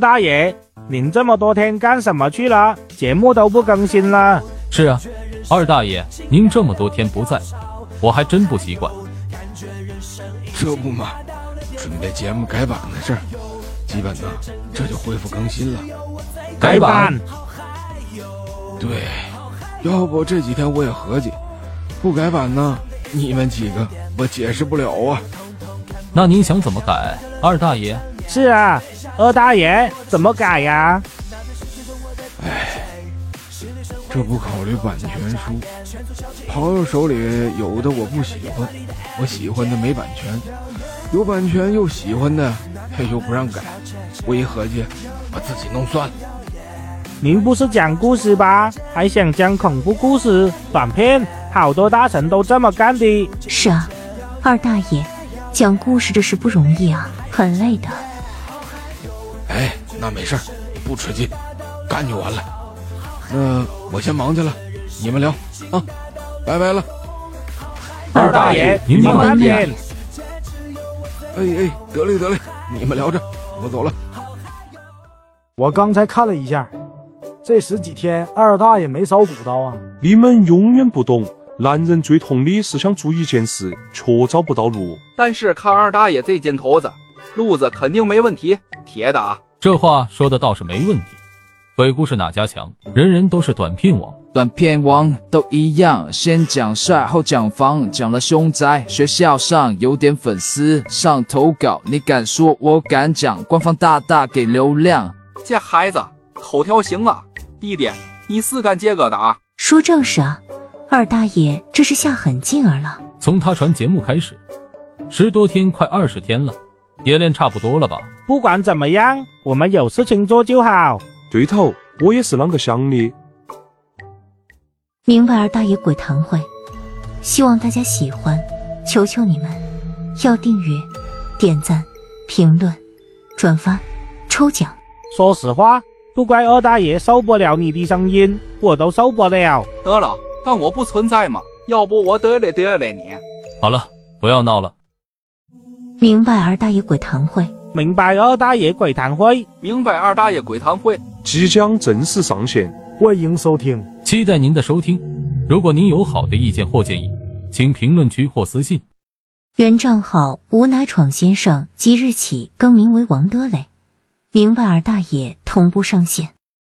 大爷，您这么多天干什么去了？节目都不更新了。是啊，二大爷，您这么多天不在，我还真不习惯。这不嘛，准备节目改版的事儿，基本呢这就恢复更新了。改版，对，要不这几天我也合计，不改版呢，你们几个我解释不了啊。那您想怎么改，二大爷？是啊，二大爷怎么改呀？这不考虑版权书，朋友手里有的我不喜欢，我喜欢的没版权，有版权又喜欢的，嘿又不让改，我一合计，我自己弄算了。您不是讲故事吧？还想讲恐怖故事、短片？好多大神都这么干的。是啊，二大爷，讲故事这事不容易啊，很累的。哎，那没事儿，不吃劲，干就完了。那我先忙去了，你们聊啊，拜拜了。二大爷您慢点。哎哎，得嘞得嘞，你们聊着，我走了。我刚才看了一下，这十几天二大爷没少补刀啊。你们永远不懂，男人最痛的是想做一件事却找不到路。但是看二大爷这尖头子，路子肯定没问题，铁的啊！这话说的倒是没问题。鬼故事哪家强，人人都是短片王。短片王都一样，先讲帅后讲房，讲了凶宅，学校上有点粉丝上投稿，你敢说我敢讲，官方大大给流量。这孩子口条行啊！弟弟，你是干这个的啊？说正事啊，二大爷这是下狠劲儿了。从他传节目开始，十多天，快二十天了，也练差不多了吧？不管怎么样，我们有事情做就好。对头，我也是啷个想的。明白二大爷鬼谈会，希望大家喜欢，求求你们要订阅、点赞、评论、转发、抽奖。说实话，不怪二大爷受不了你的声音，我都受不了。得了，当我不存在吗？要不我得嘞得嘞你。好了，不要闹了。明白二大爷鬼谈会，明白二大爷鬼谈会，明白二大爷鬼谈会，即将正式上线。欢迎收听。期待您的收听。如果您有好的意见或建议，请评论区或私信。原账号吴乃闯先生即日起更名为王德磊，明白二大爷同步上线。